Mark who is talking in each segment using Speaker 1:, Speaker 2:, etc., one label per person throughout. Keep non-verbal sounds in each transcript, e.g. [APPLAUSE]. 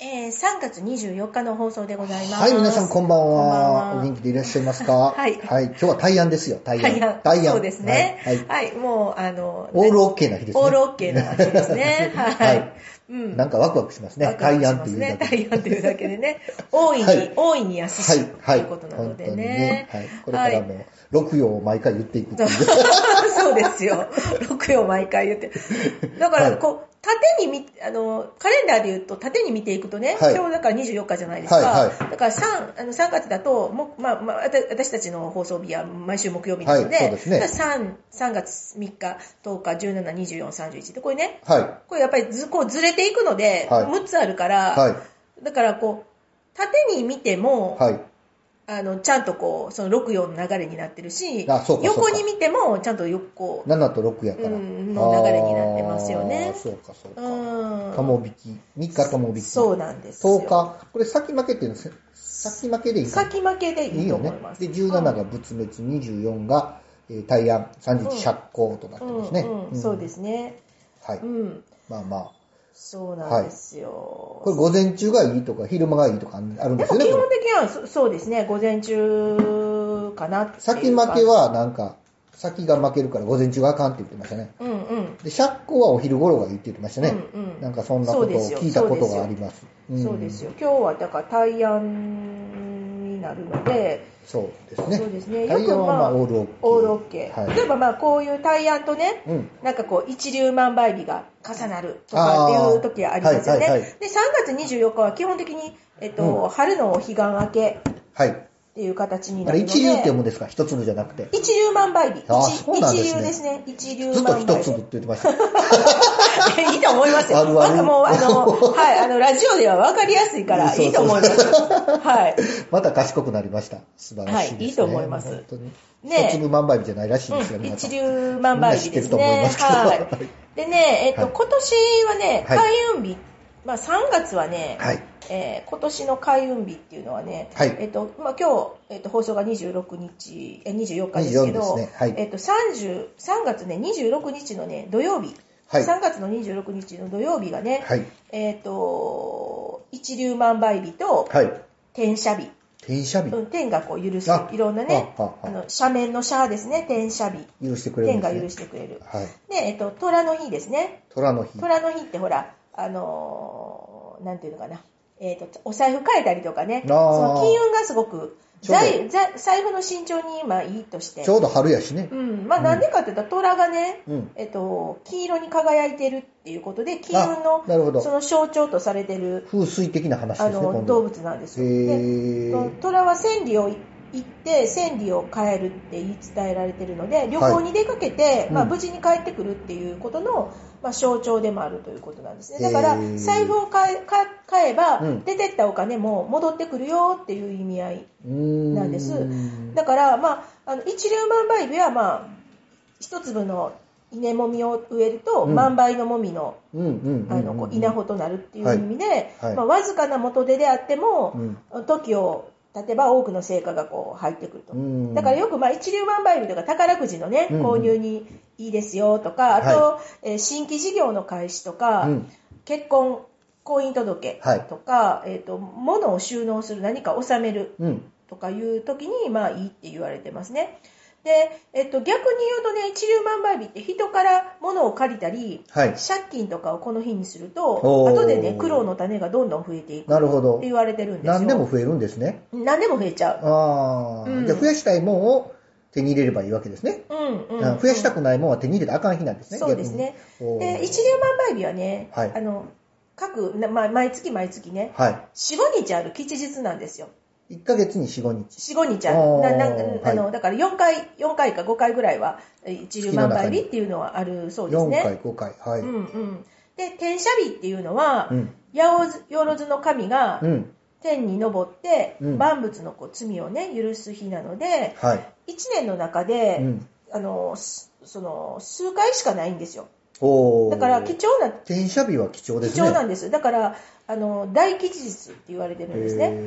Speaker 1: えー3月24日の放送でございます。
Speaker 2: はい、皆さんこんばんは。
Speaker 1: こんばんは
Speaker 2: お元気でいらっしゃいますか
Speaker 1: [LAUGHS] はい
Speaker 2: 今日は大安ですよ、大安。
Speaker 1: はいそうですね。は
Speaker 2: はい
Speaker 1: い、
Speaker 2: はい
Speaker 1: もう、あの、
Speaker 2: オールオッケーな日ですね。。
Speaker 1: オールオッケーなわけですね
Speaker 2: [LAUGHS]
Speaker 1: はい。
Speaker 2: は
Speaker 1: うん。
Speaker 2: なんかワクワクしますね。
Speaker 1: ワクワク
Speaker 2: 大
Speaker 1: し
Speaker 2: 安
Speaker 1: ます
Speaker 2: という
Speaker 1: ね
Speaker 2: だけ
Speaker 1: 大安というだけでね。大いに、
Speaker 2: はい
Speaker 1: 大いに安し、
Speaker 2: はい、
Speaker 1: というこ
Speaker 2: は
Speaker 1: と
Speaker 2: い。
Speaker 1: な
Speaker 2: 本
Speaker 1: の
Speaker 2: 当
Speaker 1: で
Speaker 2: に
Speaker 1: ね
Speaker 2: ね。。はい。これからも、六葉を毎回言っていくっていう。
Speaker 1: [LAUGHS] そうですよ。6を毎回言って。だから、
Speaker 2: はい
Speaker 1: こう、縦にみ、あの、カレンダーで言うと縦に見ていくとね、
Speaker 2: はい
Speaker 1: 今日だから24日じゃないですか。
Speaker 2: はいはい
Speaker 1: だから3、あの3月だと、もうまあ、まあ、わた私たちの放送日は毎週木曜日なので、
Speaker 2: はいそうですね
Speaker 1: だから3、3月3日、10日、17、24、31って、これね、
Speaker 2: はい。
Speaker 1: これやっぱりずこうずれていくので、
Speaker 2: はい
Speaker 1: 6つあるから、
Speaker 2: は
Speaker 1: だからこう、縦に見ても、
Speaker 2: い。はい。
Speaker 1: あのちゃんとこうその6、4の流れになってるし
Speaker 2: あそうかそうか
Speaker 1: 横に見てもちゃんと横
Speaker 2: 七と六やから。
Speaker 1: うんの流れになってますよね
Speaker 2: あーそうか、そう
Speaker 1: う
Speaker 2: か。
Speaker 1: ん
Speaker 2: かも引き。三日かも引き。
Speaker 1: そうなんですよ
Speaker 2: 10日。これ先負けって言うんですね。先負けでいいかな
Speaker 1: 先負けでいい
Speaker 2: いい
Speaker 1: と
Speaker 2: よ
Speaker 1: 思
Speaker 2: ね
Speaker 1: います。
Speaker 2: で、17が仏滅、24が、えー、大安、
Speaker 1: うん
Speaker 2: 31釈光となって
Speaker 1: う
Speaker 2: ま
Speaker 1: ん
Speaker 2: すね。。
Speaker 1: うんうんそうですすね。
Speaker 2: はい。
Speaker 1: うん、
Speaker 2: まあまあ。
Speaker 1: そうなんですよ。
Speaker 2: これ午前中がいいとか、昼間がいいとかあるん
Speaker 1: で
Speaker 2: です
Speaker 1: も
Speaker 2: よ
Speaker 1: 基
Speaker 2: ね。これ
Speaker 1: 本的にはそそうですね、午前中かなっていう
Speaker 2: 先負け、はなんか、先が負けるから午前中があかんって言ってましたね。
Speaker 1: うんうん
Speaker 2: で、釈光はお昼頃がいいって言ってましたね。
Speaker 1: うんうん
Speaker 2: なんかそんなことを聞いたことがあります。
Speaker 1: そうですよ、今日はだから大安になるので、
Speaker 2: うん。そうですね。
Speaker 1: そうですねよく
Speaker 2: 大安はま
Speaker 1: まあ
Speaker 2: あオールオッケー。
Speaker 1: オールオッケー、
Speaker 2: はい
Speaker 1: 例えばまあこういう大安とね、
Speaker 2: うん。
Speaker 1: なんかこう一粒万倍日が重なるとかっていう時はありますよね、
Speaker 2: あーはいはいはい
Speaker 1: で3月24日は基本的に、えっと
Speaker 2: う
Speaker 1: 春のお彼岸明け
Speaker 2: はい。
Speaker 1: っていう形に
Speaker 2: あ
Speaker 1: な
Speaker 2: れ
Speaker 1: るので
Speaker 2: 一流って読むんですか一つのじゃなくて。
Speaker 1: 一粒万倍日
Speaker 2: あー
Speaker 1: 一
Speaker 2: そうなんですね
Speaker 1: 一流ですね一
Speaker 2: ず
Speaker 1: 粒
Speaker 2: っと
Speaker 1: 万
Speaker 2: 一
Speaker 1: 倍日
Speaker 2: 粒って言ってました。
Speaker 1: [LAUGHS] いいと思いますよ。
Speaker 2: あるあ
Speaker 1: な
Speaker 2: る
Speaker 1: んかもう、あの、はい、あの、ラジオでは分かりやすいから、
Speaker 2: そう
Speaker 1: いいと思います。は
Speaker 2: [LAUGHS] また賢くなりました。素晴らしいです、ね。
Speaker 1: はいいいと思います
Speaker 2: 本当に。
Speaker 1: ね
Speaker 2: 一粒万倍日じゃないらしいです
Speaker 1: い。
Speaker 2: よ、
Speaker 1: うん、
Speaker 2: 皆さ
Speaker 1: 一
Speaker 2: ん。
Speaker 1: 流万倍日ですね。
Speaker 2: みんな知ってると思いますけど
Speaker 1: はい。でね、えっと、
Speaker 2: はい
Speaker 1: 今年はね、
Speaker 2: はい
Speaker 1: 開運日、まあ、3月はね、
Speaker 2: はい。
Speaker 1: えー今年の開運日っていうのはね、
Speaker 2: はい
Speaker 1: えっと、まあ、今日、えっと、放送が26日、え、24日ですけど、
Speaker 2: 24ですねはい
Speaker 1: えっと、30、3月ね、26日のね、土曜日、
Speaker 2: はい。
Speaker 1: 3月の26日の土曜日がね、
Speaker 2: はい。
Speaker 1: えっと、一粒万倍日と、
Speaker 2: はい。
Speaker 1: 転写日。
Speaker 2: 転写日
Speaker 1: う。ん、天がこう許す
Speaker 2: あ。
Speaker 1: いろんなね、
Speaker 2: ああ
Speaker 1: あ
Speaker 2: あ
Speaker 1: の、斜面の斜ですね、転写日。
Speaker 2: 許してくれる
Speaker 1: 天
Speaker 2: んで
Speaker 1: が
Speaker 2: す、ね。
Speaker 1: 許してくれる。
Speaker 2: はい。
Speaker 1: で、えっと、虎の日ですね。
Speaker 2: 虎の日。
Speaker 1: 虎の日ってほら、あのーなんていうのかな。えっと、お財布変えたりとかね、
Speaker 2: あー
Speaker 1: その金運がすごく、
Speaker 2: ちょうど
Speaker 1: 財財財布の慎重に今いいとして
Speaker 2: ち。ょうど春やしね
Speaker 1: う。ん、まあなんでかって言ったら、虎がね、
Speaker 2: うん。
Speaker 1: えっと、金色に輝いてるっていうことで、金運の
Speaker 2: あ、なるほ
Speaker 1: そ
Speaker 2: ど。
Speaker 1: の象徴とされてる、
Speaker 2: 風水的な話です
Speaker 1: あ
Speaker 2: ね、今
Speaker 1: の、動
Speaker 2: 度。
Speaker 1: 物なんです
Speaker 2: へ
Speaker 1: よ。で
Speaker 2: ー。
Speaker 1: 虎は千里を行って千里を変えるって言い伝えられてるので旅行に出かけて、
Speaker 2: うん
Speaker 1: まあ、無事に帰ってくるっていうことの、まあ、象徴でもあるということなんですねだから
Speaker 2: へー
Speaker 1: 財布を買え買買えば、
Speaker 2: うん
Speaker 1: 出てったお金も戻ってくるよっていう意味合いう
Speaker 2: ーん
Speaker 1: なんですだから、まあ、あの一粒万倍日は、まあ、一粒の稲もみを植えると、
Speaker 2: うん
Speaker 1: 万倍のもみの
Speaker 2: うんうんうんうんうん。
Speaker 1: あのこう稲穂となるっていう
Speaker 2: はい
Speaker 1: 意味で、
Speaker 2: はい
Speaker 1: まあ、わずかな元手であっても、
Speaker 2: うん。
Speaker 1: 時を経てば多くの成果がこう入ってくると、
Speaker 2: うん。
Speaker 1: だからよくまあ一粒万倍日とか宝くじのね、
Speaker 2: うんうん
Speaker 1: 購入にいいですよとかあと、えー新規事業の開始とか、
Speaker 2: うん。
Speaker 1: 結婚婚姻届とか、えー、と物を収納する何か納める
Speaker 2: うん。
Speaker 1: とかいう時にまあいいって言われてますねで、えっと逆に言うとね一粒万倍日って人から物を借りたり
Speaker 2: はい。
Speaker 1: 借金とかをこの日にすると
Speaker 2: おー
Speaker 1: 後でね苦労の種がどんどん増えていくっ
Speaker 2: なるほど
Speaker 1: て。言われてるんですよ
Speaker 2: 何でも増えるんですね。
Speaker 1: 何でも増えちゃう。
Speaker 2: ああ、
Speaker 1: うん
Speaker 2: じゃあ増やしたいもんを手に入れればいいわけですね。
Speaker 1: うん
Speaker 2: う
Speaker 1: うんん、
Speaker 2: 増やしたくないもんは手に入れたらあかん日なんですね。
Speaker 1: そうですね。
Speaker 2: 逆に。
Speaker 1: で、一
Speaker 2: 年。
Speaker 1: 粒万倍日はね、
Speaker 2: はい
Speaker 1: あの各、なまあ、毎月毎月ね、
Speaker 2: は
Speaker 1: 4、5日ある吉日なんですよ。
Speaker 2: い。1ヶ月に4、5日。
Speaker 1: 4、5日あ
Speaker 2: お
Speaker 1: る。
Speaker 2: ー
Speaker 1: ななんか
Speaker 2: はい
Speaker 1: あのだから4回、4回か5回ぐらいは、え一粒万倍日っていうのはあるそうです
Speaker 2: 4
Speaker 1: ね。
Speaker 2: 回、5回。はい。
Speaker 1: う
Speaker 2: うん。
Speaker 1: んうん。で、天赦日っていうのは、
Speaker 2: うん。
Speaker 1: 八百万の神が天に昇って、
Speaker 2: うん
Speaker 1: 万物のこう罪をね、許す日なので、
Speaker 2: はい。
Speaker 1: 1年の中で、
Speaker 2: うん。
Speaker 1: あの、すその、数回しかないんですよ。
Speaker 2: お
Speaker 1: だから貴
Speaker 2: 転
Speaker 1: 重な、
Speaker 2: 写日は貴重で
Speaker 1: 貴
Speaker 2: すね。
Speaker 1: 重なんんです。だから、あの、大吉日って言われてるんですね。
Speaker 2: ね。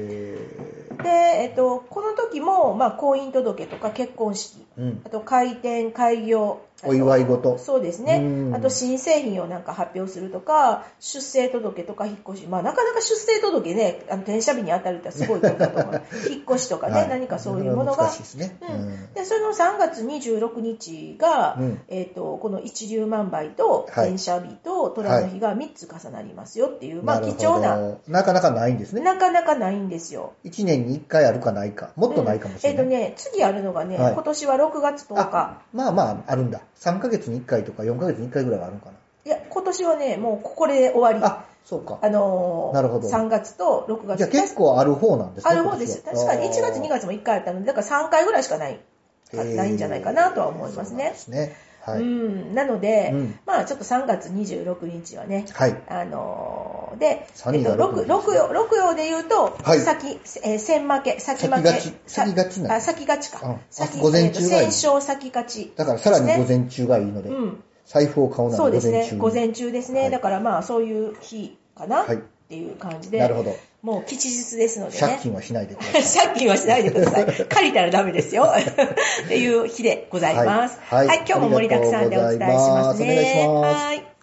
Speaker 1: で、えっと、この時も、まあ、婚姻届とか結婚式、
Speaker 2: うん。
Speaker 1: あと開店、開業、あの
Speaker 2: お祝い事
Speaker 1: そうですね
Speaker 2: うん
Speaker 1: あと新製品をなんか発表するとか出生届とか引っ越し、まあ、なかなか出生届ねあの転写日に当たるってすごいことだと
Speaker 2: [LAUGHS]
Speaker 1: 思う引っ越しとかね、
Speaker 2: はい
Speaker 1: 何かそういうもの
Speaker 2: それは
Speaker 1: が
Speaker 2: 難しいですね。
Speaker 1: うん、でその3月26日が、
Speaker 2: うん
Speaker 1: えー、とこの一粒万倍と
Speaker 2: はい
Speaker 1: 転写日と虎の日が3つ重なりますよっていう、まあ、
Speaker 2: る
Speaker 1: 貴
Speaker 2: ほど
Speaker 1: 重な、
Speaker 2: なかなかないんですね。
Speaker 1: なかなかないんですよ。
Speaker 2: 1年に1回あるかないか、もっとないかもしれない。
Speaker 1: うんえっ、とね、次あるのがね、
Speaker 2: はい
Speaker 1: 今年は6月10日。
Speaker 2: まあまあ、あるんだ。3ヶ月に1回とか4ヶ月に1回ぐらいはあるのか
Speaker 1: いや、今年はね、もうこれで終わり。
Speaker 2: な。
Speaker 1: あ
Speaker 2: あ、そうか。
Speaker 1: のー
Speaker 2: なるほど
Speaker 1: 3月と6月。
Speaker 2: じゃあ結構ある方なんですね。
Speaker 1: ある方です。
Speaker 2: 今
Speaker 1: 確
Speaker 2: 年は
Speaker 1: かに1月、2。月も1回あったので、だから3回ぐらいしかない。
Speaker 2: あー
Speaker 1: ないんじゃないかなとは思いますね。
Speaker 2: へーそうなんですね。はいう
Speaker 1: ん。なので、
Speaker 2: うん
Speaker 1: まあちょっと3月26日はね、
Speaker 2: はい。
Speaker 1: あのーで、
Speaker 2: 三
Speaker 1: えっ
Speaker 2: 人
Speaker 1: と、
Speaker 2: が六
Speaker 1: 六六曜六曜で言うと、
Speaker 2: はい
Speaker 1: 先、えー先負け、先負け、
Speaker 2: 先勝ち先勝ちなんだ
Speaker 1: あ先勝ち
Speaker 2: うん
Speaker 1: か
Speaker 2: あ。
Speaker 1: 先、
Speaker 2: 午前中がいい
Speaker 1: えーと先勝先勝ち。
Speaker 2: だからさらに午前中がいいので、
Speaker 1: うん。
Speaker 2: 財布を買おうなら
Speaker 1: そうで
Speaker 2: 午
Speaker 1: す
Speaker 2: 前
Speaker 1: ね
Speaker 2: 中。。
Speaker 1: 午前中ですね。
Speaker 2: はい
Speaker 1: だからまあ、そういう日かなっ
Speaker 2: はい
Speaker 1: ていう感じで。
Speaker 2: なるほど。
Speaker 1: もう吉日ですので
Speaker 2: 借
Speaker 1: ね。
Speaker 2: 金はしないでください。
Speaker 1: [LAUGHS] 借金はしないでください。借りたらダメです
Speaker 2: [LAUGHS]
Speaker 1: よ。っていう日でございます。
Speaker 2: は
Speaker 1: はいい、
Speaker 2: はい
Speaker 1: 今日も盛りだくさんでお伝えしますね。
Speaker 2: ありがとうございますお願いします
Speaker 1: はい。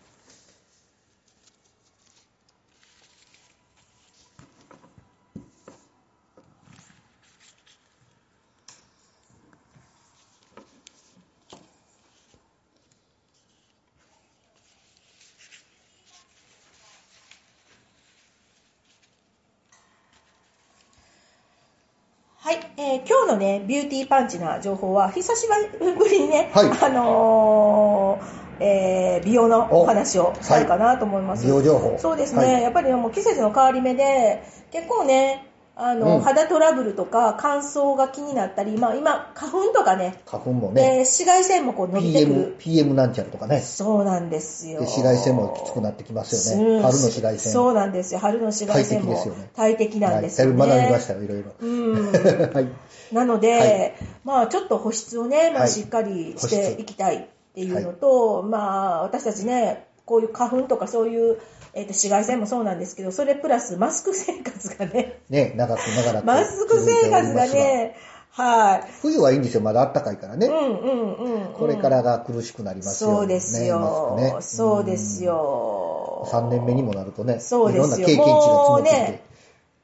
Speaker 1: はい、えー今日のね、ビューティーパンチな情報は、久しぶりにね、
Speaker 2: はい
Speaker 1: あのーえー美容のお話をしたいかなと思います。
Speaker 2: 美容情報。
Speaker 1: そうですね、
Speaker 2: はい
Speaker 1: やっぱりもう季節の変わり目で、結構ね、あの、
Speaker 2: うん
Speaker 1: 肌トラブルとか乾燥が気になったり、まあ今、花粉とかね、
Speaker 2: 花粉も
Speaker 1: で
Speaker 2: ね、
Speaker 1: 紫外線もこう伸びてく
Speaker 2: PM
Speaker 1: る。、
Speaker 2: PM なんちゃらとかね。
Speaker 1: そうなんです
Speaker 2: で
Speaker 1: よ。
Speaker 2: 紫外線もきつくなってきますよね。
Speaker 1: うん
Speaker 2: 春の紫外線。
Speaker 1: そうなんですよ。春の紫外線も
Speaker 2: 大敵ですよね
Speaker 1: 大敵なんですよね。
Speaker 2: はい、だいぶ学びましたよ、いろいろ。
Speaker 1: うん。
Speaker 2: はい。
Speaker 1: なので、
Speaker 2: はい
Speaker 1: まあちょっと保湿をね、ま
Speaker 2: は
Speaker 1: あ、
Speaker 2: い
Speaker 1: しっかりし
Speaker 2: 保
Speaker 1: て
Speaker 2: 湿
Speaker 1: いきたいっていうのと、まあ私たちね、こういう花粉とかそういう、えーと紫外線もそうなんですけど、それプラスマスク生活が
Speaker 2: [LAUGHS]
Speaker 1: ね、
Speaker 2: [LAUGHS] ね、長く長らく。
Speaker 1: マスク生活が。ね、は
Speaker 2: 冬はいいんですよ、まだ暖かいから
Speaker 1: い、
Speaker 2: ね。
Speaker 1: うんうんうん、うん
Speaker 2: これからが苦しくなりますよ、ね。
Speaker 1: そうですよ、
Speaker 2: マスクね。
Speaker 1: そうですよ
Speaker 2: うん。、3年目にもなるとね、
Speaker 1: そう
Speaker 2: い
Speaker 1: で
Speaker 2: ろんな
Speaker 1: す
Speaker 2: 経
Speaker 1: よ。
Speaker 2: 験値が
Speaker 1: も
Speaker 2: 積
Speaker 1: う
Speaker 2: もってきて。
Speaker 1: ね、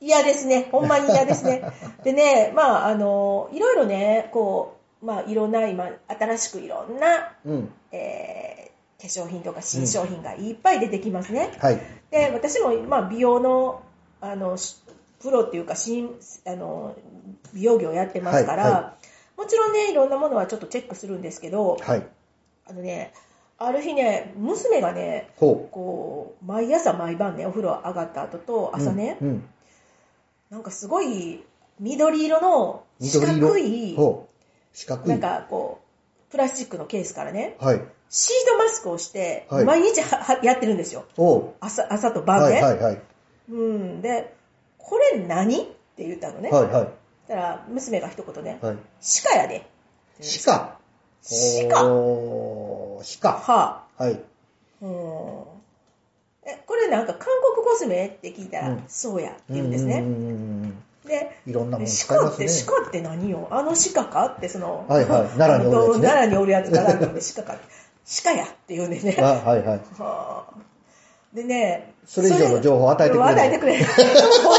Speaker 1: 嫌ですね。ほんまに嫌です
Speaker 2: [LAUGHS]
Speaker 1: ね。でね、まあ、あの、いろいろね、こう、まあ、いろんな今、新しくいろんな、
Speaker 2: うん。
Speaker 1: えー化粧品とか新商品がいっぱい出てきますね。
Speaker 2: はい。
Speaker 1: で、私も、まあ、美容の、あの、しプロっていうか、新、あの、美容業やってますから、
Speaker 2: はいは
Speaker 1: もちろんね、いろんなものはちょっとチェックするんですけど、
Speaker 2: はい。
Speaker 1: あのね、ある日ね、娘がね、
Speaker 2: ほ
Speaker 1: こう毎朝毎晩ねお風呂上がった後と
Speaker 2: う。
Speaker 1: 朝ね、
Speaker 2: うん。うん
Speaker 1: なんかすごい緑色の四
Speaker 2: 緑色。
Speaker 1: 角い
Speaker 2: ほう。四角い。
Speaker 1: なんかこうプラスチックのケースからね
Speaker 2: はい。
Speaker 1: シートマスクをして
Speaker 2: はい
Speaker 1: 毎日は、はやってるんですよ
Speaker 2: おう。
Speaker 1: 朝朝と晩
Speaker 2: は
Speaker 1: ね、
Speaker 2: いはいはい。
Speaker 1: うんで「これ何?」って言ったのね、
Speaker 2: はいは
Speaker 1: そしたら娘が一言ね
Speaker 2: い。はい。
Speaker 1: 「鹿やで」
Speaker 2: 鹿。
Speaker 1: 鹿
Speaker 2: おー鹿。
Speaker 1: は
Speaker 2: はい。
Speaker 1: あ、うん、えこれなんか韓国コスメって聞いたら「
Speaker 2: うん
Speaker 1: そうや」って言うんですね、
Speaker 2: うんうんうんうん
Speaker 1: で
Speaker 2: いろんなもの使い
Speaker 1: 鹿
Speaker 2: ま
Speaker 1: っ
Speaker 2: す
Speaker 1: て、
Speaker 2: ね。
Speaker 1: 鹿って何よあの鹿かって、その、
Speaker 2: はいはい奈良に
Speaker 1: [LAUGHS]
Speaker 2: おるやつね
Speaker 1: あの奈良におるやつかなと思って鹿かって、鹿やって言うんでね。
Speaker 2: あはいはい。
Speaker 1: はあでね、
Speaker 2: それ以上の情報を与えてくれない
Speaker 1: 与えてくれない。本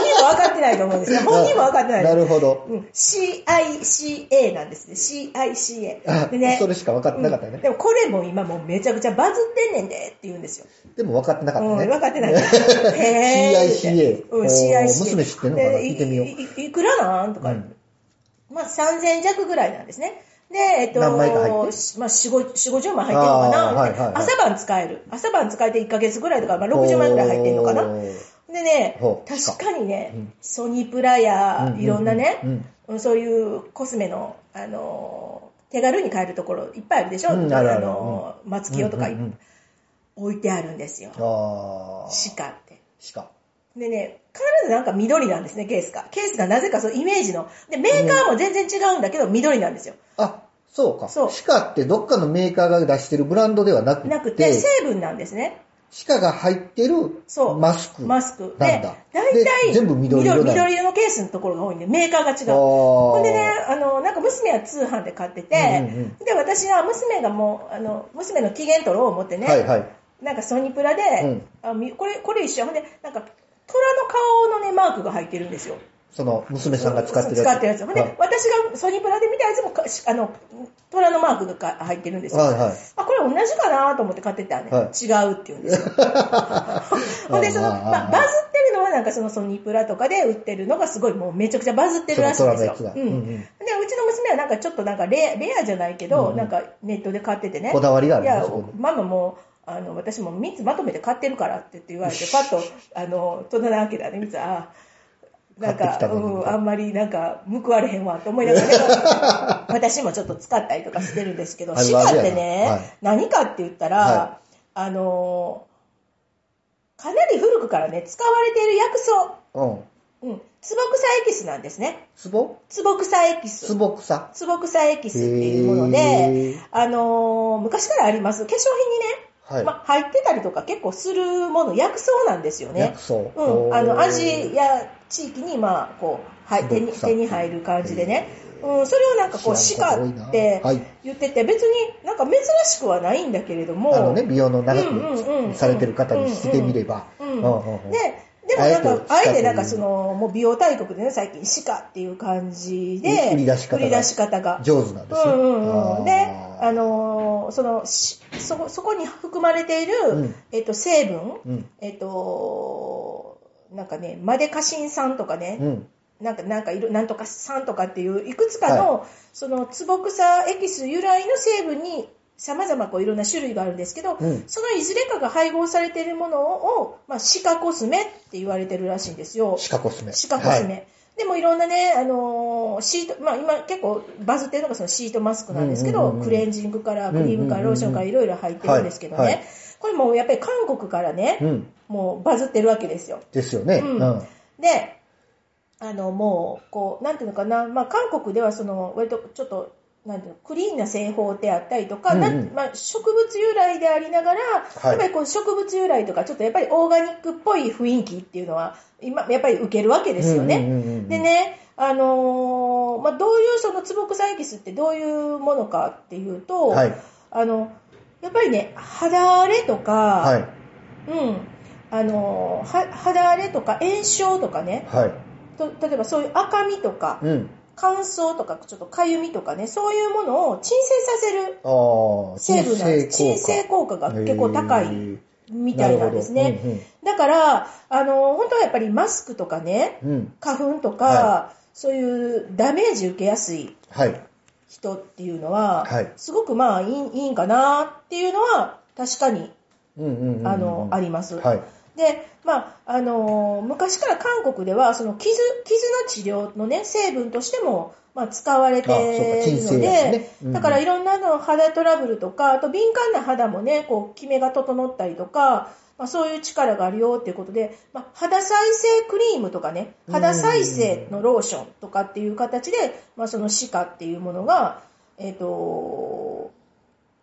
Speaker 1: 人は分かってないと思うん
Speaker 2: [LAUGHS]
Speaker 1: ですよ。本人は分かってない。
Speaker 2: なるほど。
Speaker 1: うん、CICA なんですね。
Speaker 2: あ
Speaker 1: CICA。でね、
Speaker 2: それしか分かってなかったよ
Speaker 1: うん
Speaker 2: ね。
Speaker 1: でもこれも今もうめちゃくちゃバズってんねんでって言うんですよ。
Speaker 2: でも分かってなか
Speaker 1: う
Speaker 2: っ
Speaker 1: ん、
Speaker 2: た
Speaker 1: 分
Speaker 2: ね。
Speaker 1: かって
Speaker 2: [LAUGHS]
Speaker 1: ない。へー
Speaker 2: CICA
Speaker 1: うん、
Speaker 2: おー
Speaker 1: CICA。
Speaker 2: 娘知ってんのかな
Speaker 1: で
Speaker 2: 聞いてみよう
Speaker 1: いいいくらなんとか、
Speaker 2: うん
Speaker 1: まあ3000弱ぐらいなんですね。で、えっと、
Speaker 2: 何枚か入って
Speaker 1: しまあ、4、5 50万入ってるのかな、
Speaker 2: あーはいはいはい
Speaker 1: 朝晩使える。朝晩使えて1ヶ月ぐらいとか、まあ、60万ぐらい入ってるのかな。
Speaker 2: おー
Speaker 1: でね
Speaker 2: ほ、う
Speaker 1: 確かにね、
Speaker 2: うん
Speaker 1: ソニプラや、いろんなね、
Speaker 2: うんうん
Speaker 1: うんそういうコスメの、あのー手軽に買えるところいっぱいあるでしょ、
Speaker 2: うんあるある
Speaker 1: のー松清とか
Speaker 2: うんうんうん
Speaker 1: 置いてあるんですよ、
Speaker 2: あー
Speaker 1: 鹿って。
Speaker 2: 鹿。
Speaker 1: でね、必ずなんか緑なんですね、ケースが。ケースがなぜかそうイメージの。で、メーカーも全然違うんだけど、緑なんですよ。
Speaker 2: あ、そうか。
Speaker 1: そう
Speaker 2: 鹿ってどっかのメーカーが出してるブランドではなくて。
Speaker 1: なくて、成分なんですね。
Speaker 2: 鹿が入ってる
Speaker 1: そう
Speaker 2: マスク
Speaker 1: マスク。
Speaker 2: な
Speaker 1: で
Speaker 2: んだ。、
Speaker 1: 大体、
Speaker 2: で全部緑色だ。
Speaker 1: 緑色のケースのところが多いんで、メーカーが違
Speaker 2: あー
Speaker 1: う。ほんでね、あの、なんか娘は通販で買ってて、
Speaker 2: うんうん
Speaker 1: で、私は娘がもう、あの、娘の機嫌取ろう思ってね、
Speaker 2: はいはい。
Speaker 1: なんかソニプラで、あみこれ、これ一緒。ほんで、なんか、虎の顔のね、マークが入ってるんですよ。
Speaker 2: その娘さんが使ってるやつ。
Speaker 1: 使ってるやつ。ほんで、
Speaker 2: はい
Speaker 1: 私がソニプラで見たやつもか、しあの、虎のマークがか入ってるんですよ。
Speaker 2: はいはい
Speaker 1: あ、これ同じかなと思って買ってたらね、
Speaker 2: はい
Speaker 1: 違うって言うん
Speaker 2: [LAUGHS]
Speaker 1: ですよ。ほんで、その、
Speaker 2: あー
Speaker 1: まあ、バズってるのはなんかそのソニプラとかで売ってるのがすごいもうめちゃくちゃバズってるらしいんですよ。
Speaker 2: その虎のやつが
Speaker 1: うん。
Speaker 2: うんうん
Speaker 1: で、うちの娘はなんかちょっとなんかレアレアじゃないけど、
Speaker 2: うんうん
Speaker 1: なんかネットで買っててね。
Speaker 2: こだわりがある
Speaker 1: い
Speaker 2: ね
Speaker 1: や
Speaker 2: そこ、に
Speaker 1: ママもう、あの、私も3つまとめて買ってるからって言われて、パッと、あの、隣なわけだね、見つあーなん
Speaker 2: 買っ
Speaker 1: か、
Speaker 2: てきたのに
Speaker 1: うん、あんまりなんか報われへんわと思いなが
Speaker 2: [LAUGHS]
Speaker 1: ら、ね、私もちょっと使ったりとかしてるんですけど、
Speaker 2: ある
Speaker 1: シ
Speaker 2: ある
Speaker 1: カ
Speaker 2: やな
Speaker 1: ってね、
Speaker 2: はい
Speaker 1: 何かって言ったら、
Speaker 2: は
Speaker 1: あのーかなり古くからね、使われている薬草、
Speaker 2: うん。
Speaker 1: うん、ツボクサエキスなんですね。
Speaker 2: ツボ
Speaker 1: ツボクサエキ
Speaker 2: ツ
Speaker 1: ス。
Speaker 2: ボ草。
Speaker 1: ツボクサエキスっていうもので、
Speaker 2: へー
Speaker 1: あのー昔からあります、化粧品にね、
Speaker 2: はい。
Speaker 1: まあ、入ってたりとか結構するもの薬草なんですよね
Speaker 2: 薬。草。
Speaker 1: うん、あ
Speaker 2: お
Speaker 1: の
Speaker 2: ー
Speaker 1: アジや地域にまあこう、はい、手に
Speaker 2: 薬草
Speaker 1: 手に入る感じでね、
Speaker 2: へ
Speaker 1: うん、それをなんかこう
Speaker 2: 知らん
Speaker 1: 鹿
Speaker 2: こと多いな
Speaker 1: って
Speaker 2: はい
Speaker 1: 言ってて別になんか珍しくはないんだけれども、
Speaker 2: あのね、美容の長
Speaker 1: うんうんうん
Speaker 2: くされてる方にしてみれば。
Speaker 1: うん
Speaker 2: うんうんうん
Speaker 1: ででもなんかあ
Speaker 2: あえて
Speaker 1: えて
Speaker 2: 鹿という
Speaker 1: なんかそのもう美容大国でね最近鹿っていう感じで
Speaker 2: 売り出し方が
Speaker 1: 売り出し方が
Speaker 2: 上手なんですよ。
Speaker 1: うんうんうん、で、あ
Speaker 2: あの、
Speaker 1: のーそのしそこそこに含まれている、
Speaker 2: うん
Speaker 1: えっと、成分、
Speaker 2: うん。
Speaker 1: えっと、なんかね、マデカシン酸とかね、
Speaker 2: うん。
Speaker 1: なんか、なんかいろ、なんとか酸とかっていう、いくつかの、その、ツボクサエキス由来の成分に、様々こういろんな種類があるんですけど、
Speaker 2: うん
Speaker 1: そのいずれかが配合されているものを、まあ、シカコスメって言われてるらしいんですよ。
Speaker 2: シカコスメ。
Speaker 1: シカコスメ。
Speaker 2: はい。
Speaker 1: でもいろんなね、あのーシート、まあ今結構バズってるのがそのシートマスクなんですけど、
Speaker 2: うんうんうんうん
Speaker 1: クレンジングからクリームから
Speaker 2: うんうんうんう
Speaker 1: ロ
Speaker 2: ん
Speaker 1: ーションからいろいろ入ってるんですけどね、
Speaker 2: はいはい
Speaker 1: これもうやっぱり韓国からね、
Speaker 2: うん。
Speaker 1: もうバズってるわけですよ。
Speaker 2: ですよね。
Speaker 1: うん
Speaker 2: うん。
Speaker 1: で、あのもう、こう、なんていうのかな、まあ韓国ではその、割とちょっと、なんていうのクリーンな製法であったりとか、
Speaker 2: うんうん
Speaker 1: なんまあ、植物由来でありながら、
Speaker 2: い
Speaker 1: やっぱりこう植物由来とか、ちょっとやっぱりオーガニックっぽい雰囲気っていうのは、今、やっぱり受けるわけですよね。
Speaker 2: うんうんうんうん
Speaker 1: でね、あのーまあ、どういうそのツボクサエキスってどういうものかっていうと、
Speaker 2: はい。
Speaker 1: あのやっぱりね肌荒れとか、
Speaker 2: はい。
Speaker 1: うんあのーは肌荒れとか炎症とかね
Speaker 2: は
Speaker 1: と例えばそういう赤みとか
Speaker 2: い。うん。
Speaker 1: 乾燥とかちょっとかゆみとかねそういうものを鎮静させる
Speaker 2: ああ、
Speaker 1: 成分なんです鎮静
Speaker 2: 効
Speaker 1: 効果が結構高い
Speaker 2: へー
Speaker 1: みたいなんです
Speaker 2: なる
Speaker 1: ね、
Speaker 2: ほどうん
Speaker 1: だからあのー本当はやっぱりマスクとかね
Speaker 2: うん。うん。
Speaker 1: 花粉とか、
Speaker 2: は
Speaker 1: そういうダメージ受けやすい
Speaker 2: はい。
Speaker 1: 人っていうのは、
Speaker 2: はい
Speaker 1: すごくまあいいいいんかなっていうのは確かに
Speaker 2: うんうんうんうん。
Speaker 1: あの、あります。
Speaker 2: はい。
Speaker 1: で、まああのー昔から韓国ではその傷傷の治療の、ね、成分としても、まあ、使われているので
Speaker 2: あそうか鎮静薬ねうんうん
Speaker 1: だからいろんなの肌トラブルとかあと敏感な肌もねこうキメが整ったりとか、まあ、そういう力があるよっていうことで、まあ、肌再生クリームとかね肌再生のローションとかっていう形で、まあ、その歯科っていうものが、えっと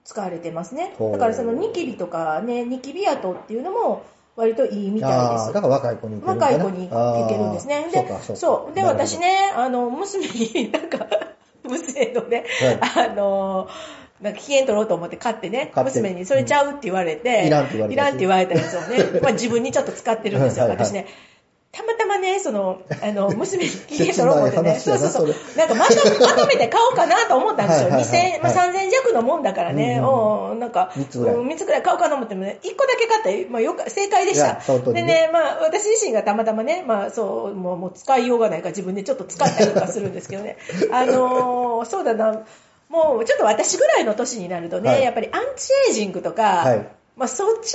Speaker 1: 使われてますね
Speaker 2: ほう
Speaker 1: だからそのニキビとかねニキビ跡っていうのも割といいみたいで
Speaker 2: ああ、
Speaker 1: す
Speaker 2: だから若い子に受けるのか
Speaker 1: 若
Speaker 2: な
Speaker 1: い子にいけるんですね。
Speaker 2: あ
Speaker 1: で
Speaker 2: ーそうか、そうか
Speaker 1: そう。で、
Speaker 2: なるほど
Speaker 1: 私ね、あの、娘に、なんか、 [LAUGHS] 娘のね、あの、なんか、機嫌取ろうと思って買ってね、
Speaker 2: 買って
Speaker 1: 娘にそれちゃうって言われて、
Speaker 2: うんいらんって言われ
Speaker 1: い
Speaker 2: た
Speaker 1: らん
Speaker 2: や
Speaker 1: っ
Speaker 2: つ
Speaker 1: て言われたやつを
Speaker 2: [LAUGHS]
Speaker 1: ね、まあ自分にちょっと使ってるんですよ、
Speaker 2: はいはい
Speaker 1: 私ね。たまたまね、その、あ
Speaker 2: [LAUGHS]
Speaker 1: の、娘に機嫌取ろう思ってね、
Speaker 2: 切
Speaker 1: そ
Speaker 2: な
Speaker 1: う
Speaker 2: い話や
Speaker 1: そう
Speaker 2: な
Speaker 1: そう
Speaker 2: そ、
Speaker 1: なんかまとめまとめて買おうかなと思ったんですよ。
Speaker 2: はいはいはい
Speaker 1: 2000、まあ3000弱のもんだからね、
Speaker 2: うんうん
Speaker 1: おーなんか、
Speaker 2: 三つぐらい
Speaker 1: うん三つぐらい買おうかなと思ってもね、1個だけ買ったよ、まあよか、正解でし
Speaker 2: い
Speaker 1: た
Speaker 2: や。その通り
Speaker 1: で
Speaker 2: ね
Speaker 1: ね、まあ、私自身がたまたまね、まあ、そう、もう、もう使いようがないから自分でちょっと使ったりとかするんですけど
Speaker 2: [LAUGHS]
Speaker 1: ね。あのーそうだな、もう、ちょっと私ぐらいの年になるとね、
Speaker 2: はい
Speaker 1: やっぱりアンチエイジングとか、
Speaker 2: はい
Speaker 1: まあ、そっち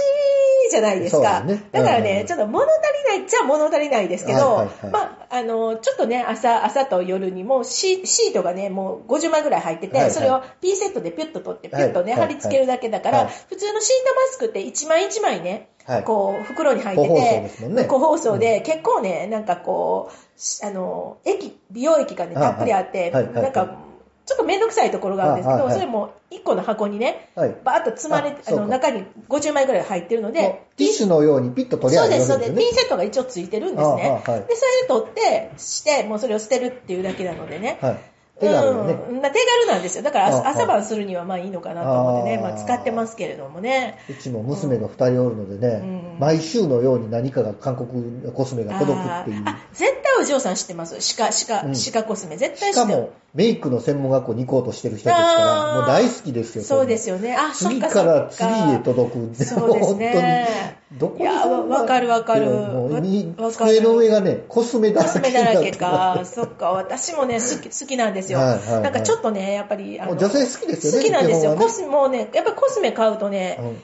Speaker 1: じゃないです
Speaker 2: そう
Speaker 1: か。
Speaker 2: だね
Speaker 1: だから
Speaker 2: うんうん
Speaker 1: ね
Speaker 2: う、ん
Speaker 1: ちょっと物足りないっちゃ物足りないですけど、
Speaker 2: はいはいはい
Speaker 1: まあ、あのーちょっとね、朝、朝と夜にもうシシートがね、もう50枚ぐらい入ってて、
Speaker 2: はいはい
Speaker 1: それをピンセットでピュッと取って、ピュッとね、
Speaker 2: はいはい
Speaker 1: 貼り付けるだけだから、
Speaker 2: はい
Speaker 1: 普通のシートマスクって1枚1枚ね、
Speaker 2: はい
Speaker 1: こう袋に入ってて
Speaker 2: 個包装ですもんね
Speaker 1: 個包装で結構ねなんかこうしあの液美容液がね
Speaker 2: はい
Speaker 1: た
Speaker 2: はい
Speaker 1: っぷりあって、
Speaker 2: はいはいはい
Speaker 1: なんかちょっとめんどくさいところがあるんですけ
Speaker 2: はい
Speaker 1: ど、
Speaker 2: はいはい
Speaker 1: それも1個の箱にね、
Speaker 2: はい。
Speaker 1: バーッと積まれて、
Speaker 2: あ
Speaker 1: あ
Speaker 2: そうか
Speaker 1: の、中に50枚ぐらい入ってるの
Speaker 2: もう
Speaker 1: で、
Speaker 2: ティッシュのようにピッと取り
Speaker 1: そ
Speaker 2: 上
Speaker 1: う
Speaker 2: げ
Speaker 1: です、
Speaker 2: る
Speaker 1: そ
Speaker 2: わ
Speaker 1: う
Speaker 2: け
Speaker 1: で。
Speaker 2: ですす
Speaker 1: ピ
Speaker 2: ね
Speaker 1: ン。セットが一応ついてるんですね。
Speaker 2: あああはい
Speaker 1: で、それで取って、して、もうそれを捨てるっていうだけなのでね。
Speaker 2: はい。手があるよね。
Speaker 1: うん、まあ手軽なんですよ。だか
Speaker 2: あ
Speaker 1: ら
Speaker 2: あ
Speaker 1: 朝晩するにはまあいいのかなと思ってね、
Speaker 2: ああ
Speaker 1: まあ使ってますけれどもね。
Speaker 2: うちも娘が2人おるのでね、
Speaker 1: うん
Speaker 2: 毎週のように何かが韓国のコスメが届くっていう
Speaker 1: あー。あ絶対お嬢さん知ってます。鹿、鹿、
Speaker 2: うん
Speaker 1: 鹿コスメ。絶対
Speaker 2: し
Speaker 1: 知
Speaker 2: か
Speaker 1: ってる
Speaker 2: も、メイクの専門学校に行こうとしてる人ですか
Speaker 1: あ
Speaker 2: ら、
Speaker 1: ー
Speaker 2: もう大好きですよ。
Speaker 1: そうです
Speaker 2: よ。
Speaker 1: よね。あ、そっ
Speaker 2: 次
Speaker 1: か
Speaker 2: か
Speaker 1: そっ
Speaker 2: ら
Speaker 1: か。
Speaker 2: 次へ届く。
Speaker 1: そうですね
Speaker 2: [LAUGHS] 本当に。どこに
Speaker 1: いやわわかるわかる
Speaker 2: もうに
Speaker 1: わわかる
Speaker 2: 机の上がね、コスメだ
Speaker 1: コ
Speaker 2: らけ
Speaker 1: ス
Speaker 2: にな
Speaker 1: メだ
Speaker 2: って
Speaker 1: らけか。そっか、私もね、好き、
Speaker 2: [LAUGHS]
Speaker 1: 好きなんですよ。
Speaker 2: はいはいはい
Speaker 1: なんかちょっとね、やっぱり、あ
Speaker 2: [LAUGHS] も
Speaker 1: の
Speaker 2: う女性好きですよね。
Speaker 1: 好きなんですよ。
Speaker 2: 基本
Speaker 1: コ
Speaker 2: はね
Speaker 1: スメ、もうね、やっぱりコスメ買うとね、
Speaker 2: うん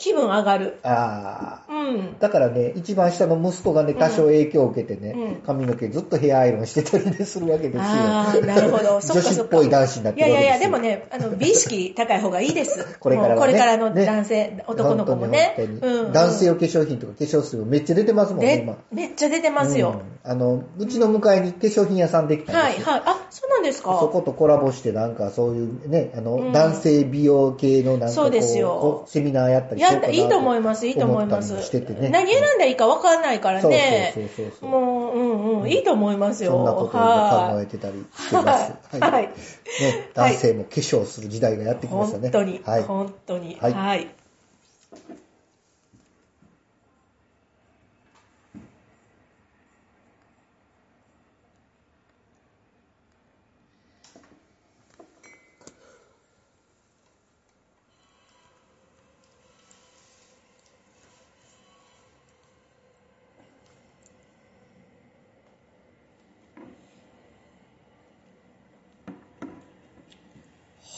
Speaker 1: 気分上がる。
Speaker 2: ああ。
Speaker 1: うん。
Speaker 2: だからね、一番下の息子がね、多少影響を受けてね、
Speaker 1: うん
Speaker 2: 髪の毛ずっとヘアアイロンしてたりねするわけですよ。
Speaker 1: ああ、なるほ
Speaker 2: [LAUGHS]
Speaker 1: ど。
Speaker 2: 女
Speaker 1: そっか
Speaker 2: 子
Speaker 1: そ
Speaker 2: っ
Speaker 1: っか。
Speaker 2: ぽい男子になっ
Speaker 1: い
Speaker 2: て
Speaker 1: や
Speaker 2: る
Speaker 1: い
Speaker 2: わけ
Speaker 1: や
Speaker 2: で
Speaker 1: い
Speaker 2: すよ。
Speaker 1: や、でもね、あの、美意識高い方がいいです。
Speaker 2: これからはね
Speaker 1: もうこれからの
Speaker 2: ね
Speaker 1: 男性、男の子もね。
Speaker 2: 本当に本当
Speaker 1: う
Speaker 2: に
Speaker 1: んうん
Speaker 2: 男性用化粧品とか化粧水もめっちゃ出てますもんね、
Speaker 1: で
Speaker 2: 今。
Speaker 1: めっちゃ出てますよ。
Speaker 2: うんあの、うちの向かいに化粧品屋さんできたん
Speaker 1: は
Speaker 2: で
Speaker 1: い、
Speaker 2: すよ。
Speaker 1: はい。あ、そうなんですか。
Speaker 2: そことコラボしてなんかそういうね、あの、
Speaker 1: うん
Speaker 2: 男性美容系のなんかこ
Speaker 1: そうですよ
Speaker 2: こセミナーやったりしよ
Speaker 1: や
Speaker 2: う
Speaker 1: っ
Speaker 2: か
Speaker 1: た
Speaker 2: なと
Speaker 1: いいと思います、いいと思います。
Speaker 2: 思ったりもしててね。
Speaker 1: 何選んだらいいか分からないからね。
Speaker 2: そうそうそうそうそう
Speaker 1: もう、うんうん、いいと思いますよ。
Speaker 2: そんなことを今考え
Speaker 1: はい
Speaker 2: てたりしてます。
Speaker 1: はいはい
Speaker 2: ね、男性も化粧する時代がやってきましたね。
Speaker 1: 本当に、
Speaker 2: はい。
Speaker 1: 本当に。
Speaker 2: はい
Speaker 1: はい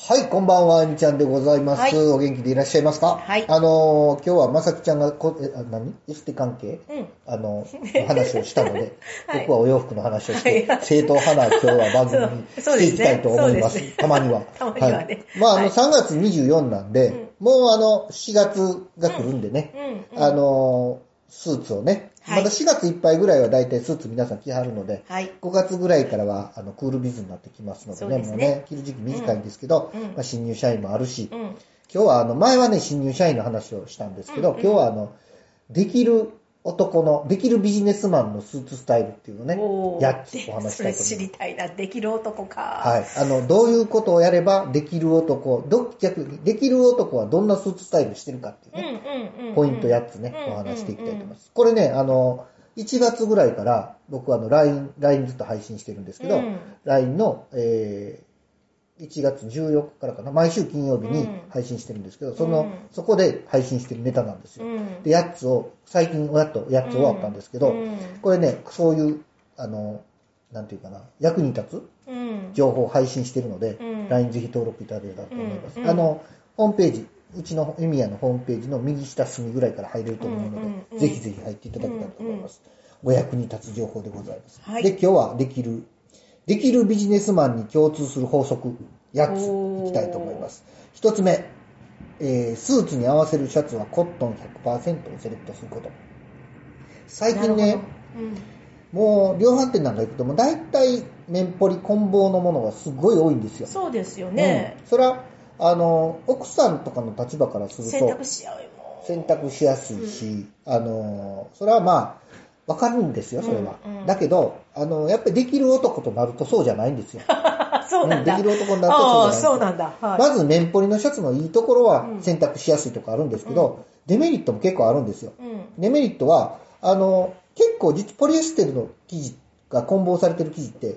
Speaker 2: はい、こんばんは、あんちゃんでございます。
Speaker 1: はい
Speaker 2: お元気でいらっしゃいますか
Speaker 1: はい
Speaker 2: あのー今日はまさきちゃんがこ、え、あ何エステ関係
Speaker 1: うん。
Speaker 2: あ
Speaker 1: [LAUGHS]
Speaker 2: の、話をしたので、
Speaker 1: はい
Speaker 2: 僕はお洋服の話をして、
Speaker 1: はい
Speaker 2: 正統派な今日は番組に
Speaker 1: [LAUGHS] そう
Speaker 2: していきたいと思いま
Speaker 1: そ
Speaker 2: す。
Speaker 1: うですねそうです
Speaker 2: たまには。
Speaker 1: [LAUGHS] たまにはね
Speaker 2: いまあ、あ
Speaker 1: は
Speaker 2: の、
Speaker 1: い
Speaker 2: 3月24なんで、もうあの、4月が来るんでね、
Speaker 1: うんうん
Speaker 2: あの、スーツをね、
Speaker 1: はい
Speaker 2: まだ4月いっぱいぐらいは大体スーツ皆さん着はるので、
Speaker 1: はい。
Speaker 2: 5月ぐらいからはあのクールビズになってきますので
Speaker 1: そ
Speaker 2: ね、
Speaker 1: うです
Speaker 2: も
Speaker 1: ね
Speaker 2: うね、着る時期短いんですけど、
Speaker 1: うんうん
Speaker 2: まあ、新入社員もあるし、
Speaker 1: うん。
Speaker 2: 今日はあの、前はね、新入社員の話をしたんですけど、
Speaker 1: うんうん
Speaker 2: 今日はあの、できる男の、できるビジネスマンのスーツスタイルっていうのをね、
Speaker 1: おー
Speaker 2: やっつお話し
Speaker 1: そ
Speaker 2: したい
Speaker 1: れ
Speaker 2: と
Speaker 1: 知
Speaker 2: 思い
Speaker 1: り
Speaker 2: ます。
Speaker 1: たいな。できる男か。
Speaker 2: はい。あの、どういうことをやれば、できる男、ど、逆に、できる男はどんなスーツスタイルしてるかっていう
Speaker 1: うん
Speaker 2: ね、
Speaker 1: うんうん。
Speaker 2: ポイント8つね、
Speaker 1: うん
Speaker 2: お話していきたいと思います。これね、あの、1月ぐらいから、僕はあの、LINE、LINE ずっと配信してるんですけど、
Speaker 1: うん
Speaker 2: LINE の、えー1月14日からかな、毎週金曜日に配信してるんですけど、その、
Speaker 1: うん
Speaker 2: そこで配信してるネタなんですよ。
Speaker 1: うん
Speaker 2: で、8つを、最近やっと8つ終わったんですけど、
Speaker 1: うん
Speaker 2: これね、そういう、あの、なんていうかな、役に立
Speaker 1: うん
Speaker 2: つ。情報を配信してるので、
Speaker 1: うん
Speaker 2: LINE ぜひ登録いただけたらと思います。
Speaker 1: うんうん
Speaker 2: あの、ホームページ、うちのエミヤのホームページの右下隅ぐらいから入れると思うので、
Speaker 1: うんうんうん
Speaker 2: ぜひぜひ入っていただけたらと思います。お役に立つ情報でございます。
Speaker 1: はい
Speaker 2: で、今日はできる、できるビジネスマンに共通する法則、8ついきたいと思います。1つ目、えースーツに合わせるシャツはコットン100%をセレクトすること。最近
Speaker 1: な
Speaker 2: ね
Speaker 1: るほ、ど。うん
Speaker 2: もう量販店なんか行くともう大体面ポリ棍棒のものがすごい多いんですよ。
Speaker 1: そうですよね
Speaker 2: う。んそれはあの奥さんとかの立場からする
Speaker 1: 選択
Speaker 2: と
Speaker 1: し合うよ。
Speaker 2: 選択しやすいし、あのそれはまあわかるんですよそれは、
Speaker 1: うんうん
Speaker 2: だけどあのやっぱりできる男となるとそうじゃないんですよ。
Speaker 1: あ、 [LAUGHS] そうなんだ。
Speaker 2: うんできる男になるとそうじ
Speaker 1: あーそうな
Speaker 2: ゃない
Speaker 1: んだ。はい。
Speaker 2: まず面ポリのシャツのいいところは
Speaker 1: うん
Speaker 2: 選択しやすいとかあるんですけど、デメリットも結構あるんですよ。
Speaker 1: うん。
Speaker 2: デメリットはあの結構実ポリエステルの生地が混紡されてる生地って
Speaker 1: うん。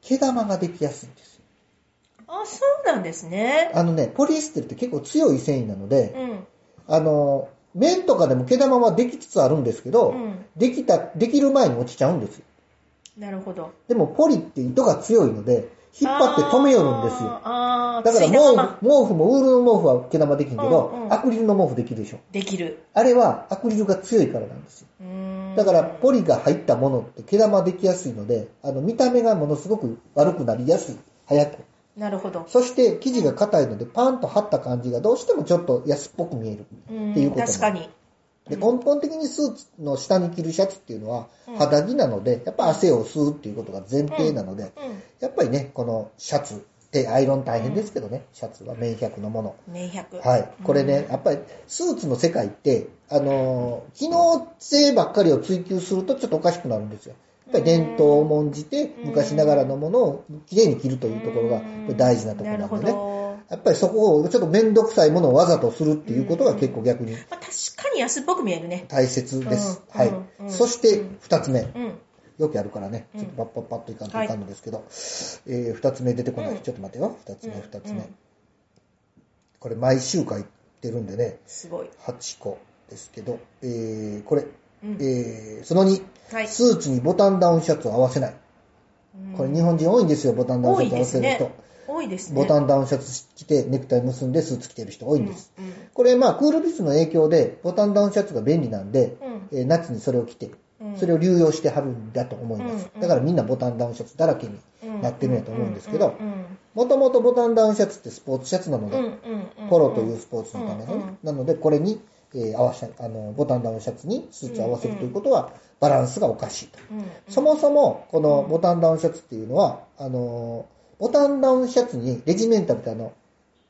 Speaker 2: 毛玉ができやすいんですよ。
Speaker 1: あ、そうなんですね。
Speaker 2: あのね、ポリエステルって結構強い繊維なので、
Speaker 1: うん。
Speaker 2: あの、綿とかでも毛玉はできつつあるんですけど、
Speaker 1: うん
Speaker 2: できた、できる前に落ちちゃうんですよ。
Speaker 1: なるほど。
Speaker 2: でもポリって糸が強いので、引っ張って止めよるんですよ。
Speaker 1: あーあー、
Speaker 2: だから
Speaker 1: ついたまま
Speaker 2: 毛布毛布もウールの毛布は毛玉できんけど、
Speaker 1: うんうん
Speaker 2: アクリルの毛布できるでしょ。
Speaker 1: できる。
Speaker 2: あれはアクリルが強いからなんですよ。
Speaker 1: うーん
Speaker 2: だから、ポリが入ったものって毛玉できやすいので、あの、見た目がものすごく悪くなりやすい。早く。
Speaker 1: なるほど。
Speaker 2: そして生地が硬いのでパンと張った感じがどうしてもちょっと安っぽく見える
Speaker 1: うん
Speaker 2: っていうこと
Speaker 1: 確かに。
Speaker 2: で根本的にスーツの下に着るシャツっていうのは
Speaker 1: うん
Speaker 2: 肌着なのでやっぱ汗を吸うっていうことが前提なので
Speaker 1: うん。
Speaker 2: やっぱりねこのシャツで、アイロン大変ですけどね、シャツは、綿100のもの。
Speaker 1: 綿100。
Speaker 2: はい。これね、やっぱり、スーツの世界って、あのー機能性ばっかりを追求するとちょっとおかしくなるんですよ。やっぱり伝統を重んじて、
Speaker 1: うん
Speaker 2: 昔ながらのものをきれいに着ると
Speaker 1: と
Speaker 2: いうところが大事なところなん
Speaker 1: な
Speaker 2: で
Speaker 1: る
Speaker 2: ね。
Speaker 1: ほど。
Speaker 2: やっぱりそこをちょっと面倒くさいものをわざとするっていうことが結構逆に
Speaker 1: まあ、確かに安っぽく見えるね。
Speaker 2: 大切です。
Speaker 1: うん
Speaker 2: は
Speaker 1: うんうん
Speaker 2: い。そして二つ目。
Speaker 1: うん。
Speaker 2: よくやるからね、
Speaker 1: うん
Speaker 2: ちょっとパッパッパッといかんといかんのですけど、えー二つ目出てこな
Speaker 1: うん
Speaker 2: い。ちょっと待てよ。二つ目、二つ
Speaker 1: う
Speaker 2: 目
Speaker 1: ん。
Speaker 2: これ毎週書いてるんでね、
Speaker 1: すごい。
Speaker 2: 8個ですけど、えーこれ、
Speaker 1: うん
Speaker 2: えーその2、
Speaker 1: はい。
Speaker 2: スーツにボタンダウンシャツを合わせない。これ日本人多いんですよ、ボタンダウンシャツ合わせる人。
Speaker 1: 多いでうん多いですね。
Speaker 2: ボタンダウンシャツ着てネクタイ結んでスーツ着てる人多いんです。
Speaker 1: うん。
Speaker 2: これまあクールビズの影響でボタンダウンシャツが便利なんで、
Speaker 1: うん
Speaker 2: えー夏にそれを着て、
Speaker 1: うん
Speaker 2: それを流用してはるんだと思います。
Speaker 1: うん
Speaker 2: だからみんなボタンダウンシャツだらけに
Speaker 1: うん
Speaker 2: なってるんやと思うんですけど
Speaker 1: う、ん
Speaker 2: もともとボタンダウンシャツってスポーツシャツなの
Speaker 1: うんう
Speaker 2: で、
Speaker 1: んうんうん
Speaker 2: ポロというスポーツのための
Speaker 1: うん
Speaker 2: ね、
Speaker 1: うん
Speaker 2: なのでこれに、えー合わせあのボタンダウンシャツにスーツを合わせるということはバランスがおかしいと、
Speaker 1: うんうん
Speaker 2: そもそもこのボタンダウンシャツっていうのはあのーボタンダウンシャツにレジメンタルってあの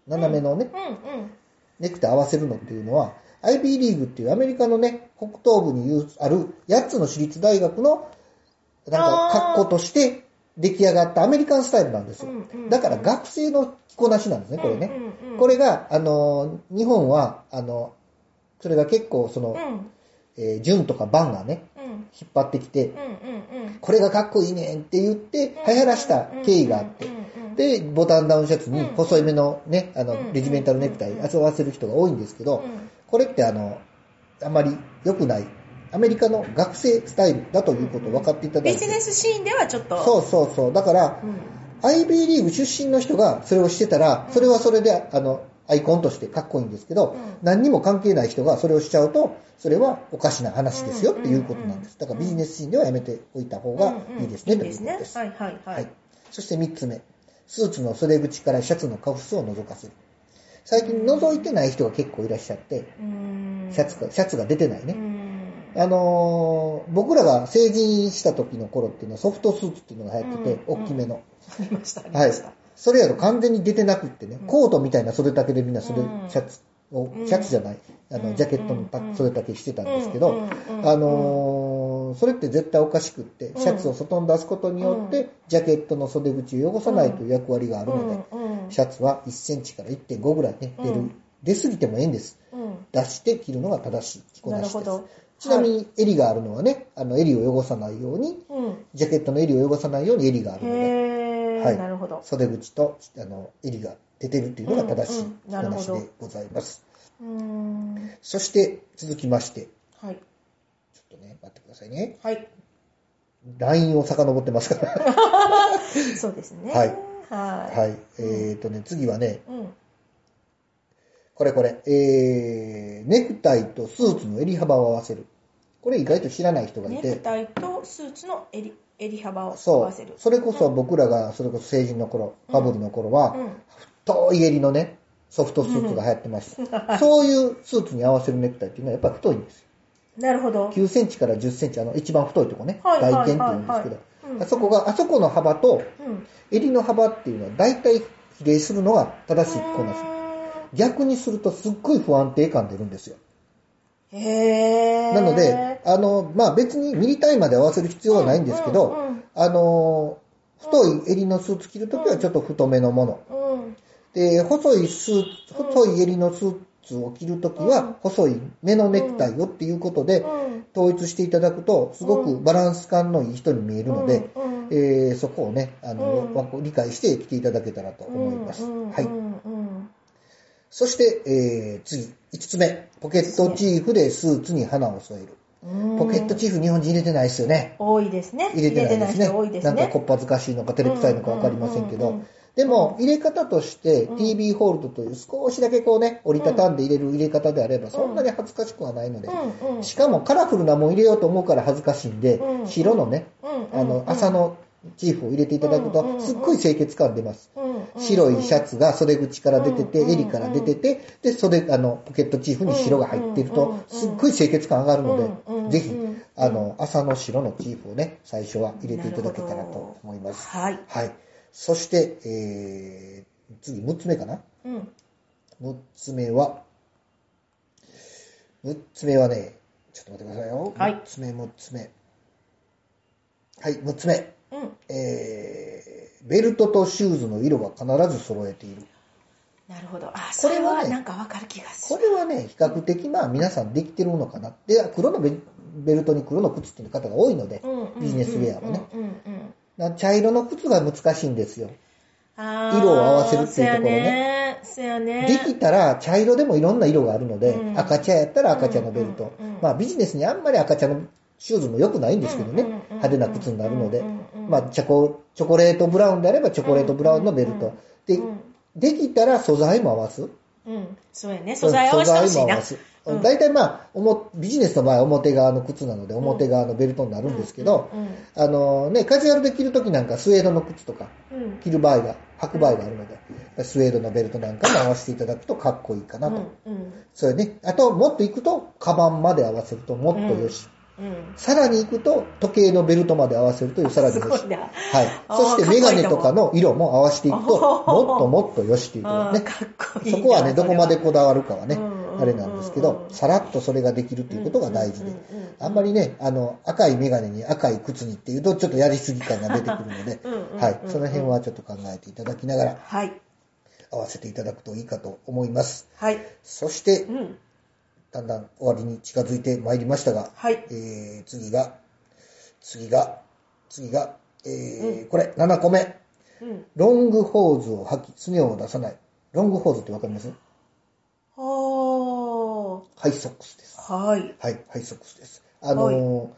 Speaker 2: 斜めのね、
Speaker 1: うんうん
Speaker 2: ネクタイ合わせるのっていうのは IB リーグっていうアメリカのね北東部に有ある8つの私立大学のなんか
Speaker 1: あー
Speaker 2: 格好として出来上がったアメリカンスタイルなんですよ、
Speaker 1: うんうん
Speaker 2: だから学生の着こなしなんですねこれね、
Speaker 1: うんうんうん
Speaker 2: これが、あのー、日本は、あの、それが結構、そ
Speaker 1: うんう
Speaker 2: の、
Speaker 1: ん
Speaker 2: えー順とかバンがね、
Speaker 1: うん
Speaker 2: 引っ張ってきて、
Speaker 1: うんうん
Speaker 2: これがかっこいいねんって言って、流行らした経緯があって
Speaker 1: うん、うんうん
Speaker 2: で、ボタンダウンシャツに
Speaker 1: うん
Speaker 2: 細い目のね、あ
Speaker 1: うん
Speaker 2: の、レジメンタルネクタイ、遊ばせる人が多いんですけど
Speaker 1: う、ん
Speaker 2: これってあの、あまり良くない、アメリカの学生スタイルだということを分かっていただい
Speaker 1: ビ
Speaker 2: て
Speaker 1: ジ。ネスシーンではちょっと
Speaker 2: そうそうそう。だから、
Speaker 1: うん
Speaker 2: IB リーグ出身の人がそれをしてたら、それはそれで、あの、アイコンとしてかっこいいんですけ
Speaker 1: う
Speaker 2: ど、
Speaker 1: ん
Speaker 2: 何にも関係ない人がそれをしちゃうと、それはおかしな話ですよっていうことなんです。
Speaker 1: うん
Speaker 2: だ
Speaker 1: うんうん
Speaker 2: からビジネスシーンではやめておいた方がいいですね、
Speaker 1: うんうん
Speaker 2: と
Speaker 1: いい
Speaker 2: い
Speaker 1: です
Speaker 2: うこ
Speaker 1: ね
Speaker 2: とです。
Speaker 1: はいはいは
Speaker 2: はい
Speaker 1: い。
Speaker 2: そして3つ目。スーツの袖口からシャツのカフスを覗かせる。最近覗いてない人が結構いらっしゃって、シャツ
Speaker 1: か
Speaker 2: が、シャツが出てないね。
Speaker 1: ね
Speaker 2: あのー僕らが成人した時の頃っていうのはソフトスーツっていうのが流行ってて、
Speaker 1: うんうん
Speaker 2: 大きめの。
Speaker 1: ありましたありま
Speaker 2: はい
Speaker 1: した。
Speaker 2: それやと完全に出てなくってね、
Speaker 1: うん
Speaker 2: コートみたいな袖丈でみんな袖、
Speaker 1: うん
Speaker 2: シャツを
Speaker 1: うん、
Speaker 2: シャツじゃない、あ
Speaker 1: うん
Speaker 2: の、ジャケットのパ
Speaker 1: うん
Speaker 2: 袖丈してたんです
Speaker 1: うん
Speaker 2: け
Speaker 1: う
Speaker 2: ど
Speaker 1: ん、うん
Speaker 2: あのーそれって絶対おかしくって
Speaker 1: う、ん
Speaker 2: シャツを外に出すことによっ
Speaker 1: うん
Speaker 2: て、ジャケットの袖口を汚さないという役割があるの
Speaker 1: うんうん
Speaker 2: で、シャツは1センチから1.5ぐらいね、出
Speaker 1: う
Speaker 2: る
Speaker 1: ん。
Speaker 2: 出すぎてもええんです。
Speaker 1: うん
Speaker 2: 出して着るのが正しい着こなし
Speaker 1: なる
Speaker 2: です
Speaker 1: ほど。
Speaker 2: ちなみに襟があるのはね、あの襟を汚さないように、
Speaker 1: うん
Speaker 2: ジャケットの襟を汚さないように襟があるので、
Speaker 1: へ
Speaker 2: は
Speaker 1: ー
Speaker 2: い
Speaker 1: なるほど。
Speaker 2: 袖口とあの襟が出てるっていうのが正し
Speaker 1: う
Speaker 2: い
Speaker 1: んうんなるほ
Speaker 2: 話
Speaker 1: ど
Speaker 2: でございます。
Speaker 1: うーん
Speaker 2: そして続きまして、
Speaker 1: はい
Speaker 2: ちょっとね、待ってくださいね。 [LAUGHS]
Speaker 1: はい。
Speaker 2: ラインを遡ってま
Speaker 1: [LAUGHS]
Speaker 2: すから。
Speaker 1: そうですね。
Speaker 2: はい
Speaker 1: は
Speaker 2: はい。えーとね、次はね、
Speaker 1: い。うん。
Speaker 2: これこれ、えー、ネクタイとスーツの襟幅を合わせる。これ意外と知らない人がい
Speaker 1: ネク
Speaker 2: て、
Speaker 1: タイとスーツの襟襟幅を合
Speaker 2: そ
Speaker 1: わ
Speaker 2: う
Speaker 1: せる。、
Speaker 2: それこそ僕らが、それこそ成人の頃、
Speaker 1: うん
Speaker 2: バブルの頃は、
Speaker 1: うん
Speaker 2: 太い襟のね、ソフトスーツが流行ってました。そういうスーツに合わせるネクタイっていうのはやっぱり太いんですよ。
Speaker 1: なるほど。
Speaker 2: 9センチから10センチ、あの、一番太いとこね、
Speaker 1: はいはいはい
Speaker 2: 大点って言うんですけど、
Speaker 1: うん
Speaker 2: あそこが、あそこの幅と、
Speaker 1: うん。
Speaker 2: 襟の幅っていうのは大体比例するのが正しい着こなし。逆にするとすっごい不安定感出るんですよ。
Speaker 1: へー
Speaker 2: なので、あの、まあ、別にミリ単位まで合わせる必要はないんですけど、
Speaker 1: うんうん
Speaker 2: あの、太い襟のスーツ着るときはちょっと太めのもの。
Speaker 1: うん
Speaker 2: で、細いスーツ、
Speaker 1: うん
Speaker 2: 細い襟のスーツを着るとき
Speaker 1: うん
Speaker 2: は、細い目のネクタイをっていうことで、
Speaker 1: うん
Speaker 2: 統一していただくと、すご
Speaker 1: う
Speaker 2: くバランス感のいい人に見えるので、
Speaker 1: うんうん
Speaker 2: えーそこをね、あの
Speaker 1: うん
Speaker 2: わ理解して来ていただけたらと思います。
Speaker 1: うんうん
Speaker 2: はい。
Speaker 1: うん
Speaker 2: そして、えー次、5つ目。ポケットチーフでスーツに花を添える。
Speaker 1: うん
Speaker 2: ポケットチーフ日本人入れてないですよね。
Speaker 1: 多いですね。
Speaker 2: 入れてないです
Speaker 1: 入れて
Speaker 2: ね。
Speaker 1: 人多いです
Speaker 2: なんか
Speaker 1: ね
Speaker 2: こ。っぱずかしいのか照れくさいのかわかりませんけ
Speaker 1: うんうんうんう
Speaker 2: ど
Speaker 1: ん。
Speaker 2: でも、入れ方として
Speaker 1: うん
Speaker 2: TB ホールドという少しだけこうね、折りたたんで入れる入れ方であれば、そんなに恥ずかしくはないので。
Speaker 1: うんうん
Speaker 2: しかもカラフルなもん入れようと思うから恥ずかしいんで
Speaker 1: うん、
Speaker 2: 白のね、
Speaker 1: うんうん
Speaker 2: あの、朝のチーフを入れていただく
Speaker 1: うんうんうん
Speaker 2: と、すっごい清潔感出ます。
Speaker 1: うんうん
Speaker 2: 白いシャツが袖口から出てて、
Speaker 1: うん
Speaker 2: 襟から出てて、で、袖、あの、ポケットチーフに白が入って
Speaker 1: うん
Speaker 2: る
Speaker 1: うん
Speaker 2: と
Speaker 1: うん、
Speaker 2: すっごい清潔感上がる
Speaker 1: うんう
Speaker 2: の
Speaker 1: ん
Speaker 2: で、ぜひ
Speaker 1: うん、
Speaker 2: あの、朝の白のチーフをね、最初は入れていただけたらと思います。
Speaker 1: はい。
Speaker 2: はい。そして、えー次、6つ目かな。
Speaker 1: うん。
Speaker 2: 6つ目は、6つ目はね、ちょっと待ってくださいよ。
Speaker 1: はい
Speaker 2: 6つ目、6つ目。はい、6つ目。
Speaker 1: うん。
Speaker 2: えー、ベルトとシューズの色は必ず揃えている。
Speaker 1: なるほど。あ、
Speaker 2: こ
Speaker 1: そ
Speaker 2: れ
Speaker 1: れ
Speaker 2: はね
Speaker 1: はなんかわかる気がす
Speaker 2: こ
Speaker 1: る。
Speaker 2: れはね、比較的、まあ、皆さんできてるのかな。で、黒のベベルトに黒の靴っていう方が多いので、ビジネスウェアはね。
Speaker 1: うんうんうん
Speaker 2: な茶色の靴が難しいんですよ。
Speaker 1: あー
Speaker 2: 色を合わせるっていうところ
Speaker 1: ね。せやね。
Speaker 2: できたら、茶色でもいろんな色があるので、
Speaker 1: うん
Speaker 2: 赤茶やったら赤茶のベルト。
Speaker 1: うんうんうん
Speaker 2: まあ、ビジネスにあんまり赤茶のシューズも良くないんですけどね。
Speaker 1: うんうんうんうん
Speaker 2: 派手な靴になるので
Speaker 1: うんうんう。ん
Speaker 2: まあ、チョコ、チョコレートブラウンであればチョコレートブラウンのベル
Speaker 1: うんうん
Speaker 2: ト。
Speaker 1: う
Speaker 2: で、
Speaker 1: ん
Speaker 2: できたら素材も合わす。
Speaker 1: うん。そうやね。素材合わせてほしいな。
Speaker 2: 素材も合わす
Speaker 1: うん
Speaker 2: 大体まあ、おもビジネスの場合は表側の靴なので、表側のベルトになるんですけど、
Speaker 1: うん
Speaker 2: あのね、カジュアルで着るときなんかスウェードの靴とか
Speaker 1: うんうん
Speaker 2: 着る場合が、履く場合があるので、やっぱりスウェードのベルトなんかも合わせていただくとかっこいいかなと。
Speaker 1: うんうん
Speaker 2: それね。あと、もっと行くと、カバンまで合わせるともっとよし。
Speaker 1: うん
Speaker 2: さらに行くと、時計のベルトまで合わせるとよさらに
Speaker 1: す
Speaker 2: よし。
Speaker 1: ごいな。
Speaker 2: はい。
Speaker 1: あー
Speaker 2: そして、
Speaker 1: かっこい
Speaker 2: メ
Speaker 1: いか
Speaker 2: ガ
Speaker 1: も
Speaker 2: ネとかの色も合わせていくと、
Speaker 1: おー
Speaker 2: もっともっとよしということ
Speaker 1: あ
Speaker 2: で
Speaker 1: ー
Speaker 2: すね。
Speaker 1: かっこいいな。
Speaker 2: そこはね、どこまでこだわるかはね
Speaker 1: うんうんうんう、ん
Speaker 2: あれなんですけど、さらっとそれができるということが大事で
Speaker 1: うんうんうんうん、
Speaker 2: あんまりね、あの、赤いメガネに赤い靴にっていうと、ちょっとやりすぎ感が出てくるので
Speaker 1: うんうんうんう、ん
Speaker 2: はい、その辺はちょっと考えていただきながら、
Speaker 1: はい。
Speaker 2: 合わせていただくといいかと思います。
Speaker 1: はい。
Speaker 2: そして
Speaker 1: う、ん。
Speaker 2: だんだん終わりに近づいてまいりましたが、
Speaker 1: はい。
Speaker 2: えー、次が、次が、次が、えー、これ、7個目。
Speaker 1: うん。
Speaker 2: ロングホーズを履き、すねを出さない。ロングホーズってわかります
Speaker 1: は
Speaker 2: ハイソックスです。
Speaker 1: あ。はい。
Speaker 2: はい、ハイソックスです。あのー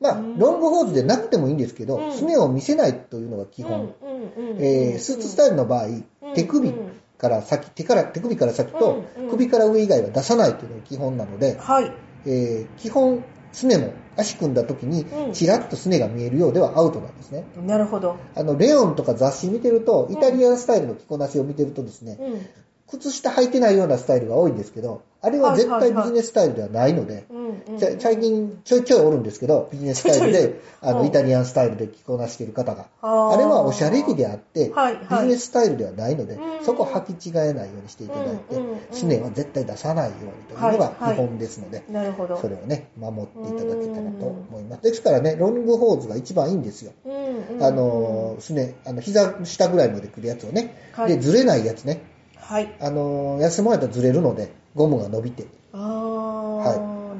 Speaker 2: まあ、ロングホーズでなくてもいいんですけ
Speaker 1: う
Speaker 2: ど、
Speaker 1: ん
Speaker 2: すねを見せないというのが基本。
Speaker 1: うんうんうん
Speaker 2: えースーツスタイルの場合、手首
Speaker 1: うん
Speaker 2: から先、手から、手首から先と
Speaker 1: うんうん
Speaker 2: 首から上以外は出さないというのが基本なので、
Speaker 1: はい。
Speaker 2: えー基本、すねも足組んだ時に
Speaker 1: うん
Speaker 2: ちらっとすねが見えるようではアウトなんですね。
Speaker 1: なるほど。
Speaker 2: あの、レオンとか雑誌見てると、イタリアンスタイルの着こなしを見てるとですね、
Speaker 1: うん。
Speaker 2: 靴下履いてないようなスタイルが多いんですけど、あれは絶
Speaker 1: はいは
Speaker 2: 対
Speaker 1: いは
Speaker 2: ビ
Speaker 1: い
Speaker 2: ジネススタイルではないので、
Speaker 1: うんうん。
Speaker 2: ちゃ最近ちょいちょいおるんですけど、ビジネススタ
Speaker 1: ち
Speaker 2: イル
Speaker 1: ょい
Speaker 2: で、あ
Speaker 1: う
Speaker 2: の、
Speaker 1: ん
Speaker 2: イタリアンスタイルで着こなしている方が。
Speaker 1: あー
Speaker 2: あれはおしゃれ着であって、ビ
Speaker 1: はいはい
Speaker 2: ジネススタイルではないので
Speaker 1: う、ん
Speaker 2: そこ履き違えないようにしていただいて
Speaker 1: うんうんうん、
Speaker 2: すねは絶対出さないようにというのが基本ですので、
Speaker 1: なるほど。
Speaker 2: それをね、守っていただけたらと思います。ですからね、ロングホーズが一番いいんですよ。
Speaker 1: うんうんうん
Speaker 2: あのーすね、あの、膝下ぐらいまで来るやつをね。
Speaker 1: はい
Speaker 2: で、ずれないやつね。
Speaker 1: はい。
Speaker 2: あのー安物やったらずれるので、ゴムが伸びて。
Speaker 1: ああ、
Speaker 2: は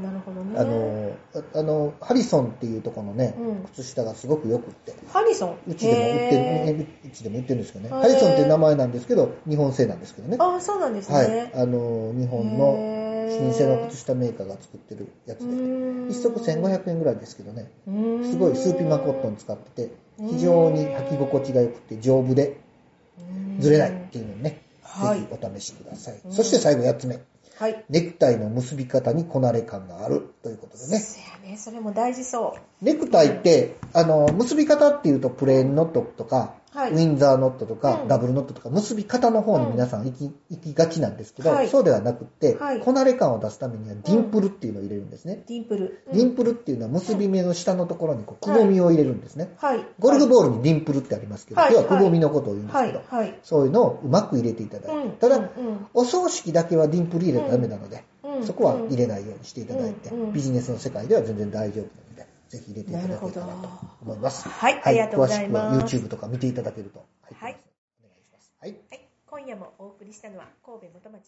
Speaker 1: なるほどね。
Speaker 2: あのーああのーハリソンっていうところのね、
Speaker 1: うん
Speaker 2: 靴下がすごくよくって。
Speaker 1: ハリソン。
Speaker 2: うちでも売ってる、
Speaker 1: へー
Speaker 2: ねうちでも売ってるんですけどね。
Speaker 1: へー
Speaker 2: ハリソンっていう名前なんですけど、日本製なんですけどね。
Speaker 1: ああ、そうなんですね。
Speaker 2: はい。あのー日本の老舗の靴下メーカーが作ってるやつで。一足1500円ぐらいですけどね。
Speaker 1: 円
Speaker 2: すごいスーピマコットン使ってて、非常に履き心地が良くて丈夫でずれないっていうのをね、
Speaker 1: はい
Speaker 2: ぜひお試しください。そして最後8つ目。
Speaker 1: はい。
Speaker 2: ネクタイの結び方にこなれ感があるということでね。
Speaker 1: せやね、それも大事そ
Speaker 2: ネクタイって、あの、結び方っていうとプレーンノットとか、
Speaker 1: はい
Speaker 2: ウィンザーノットとか、
Speaker 1: うん
Speaker 2: ダブルノットとか、結び方の方に皆さん行き,、行きがちなんですけど、
Speaker 1: はい
Speaker 2: そうではなくって、
Speaker 1: はい
Speaker 2: こなれ感を出すためにはディンプルっていうのを入れるんですね
Speaker 1: う。。ディンプル。うん
Speaker 2: ディンプルっていうのは結び目の下のところにこうくぼみを入れるんですね。
Speaker 1: はい。
Speaker 2: ゴルフボールにディンプルってありますけど、
Speaker 1: はい
Speaker 2: 要はくぼみのことを言うんです
Speaker 1: は
Speaker 2: け
Speaker 1: い。
Speaker 2: ど、
Speaker 1: はい。
Speaker 2: そういうのをうまく入れていただいて、
Speaker 1: うん
Speaker 2: ただ、
Speaker 1: うんうん
Speaker 2: お葬式だけはディンプル入れたらダメなので、
Speaker 1: うん
Speaker 2: そこは入れないようにしていただいて、
Speaker 1: うんうん
Speaker 2: ビジネスの世界では全然大丈夫なので、ぜひ入れていただけたらと思います。
Speaker 1: なるほどはいありがとうございます
Speaker 2: 詳しくは YouTube とか見ていただけると。
Speaker 1: はい
Speaker 2: お願いします。はい。
Speaker 1: はい今夜もお送りしたのは神戸元町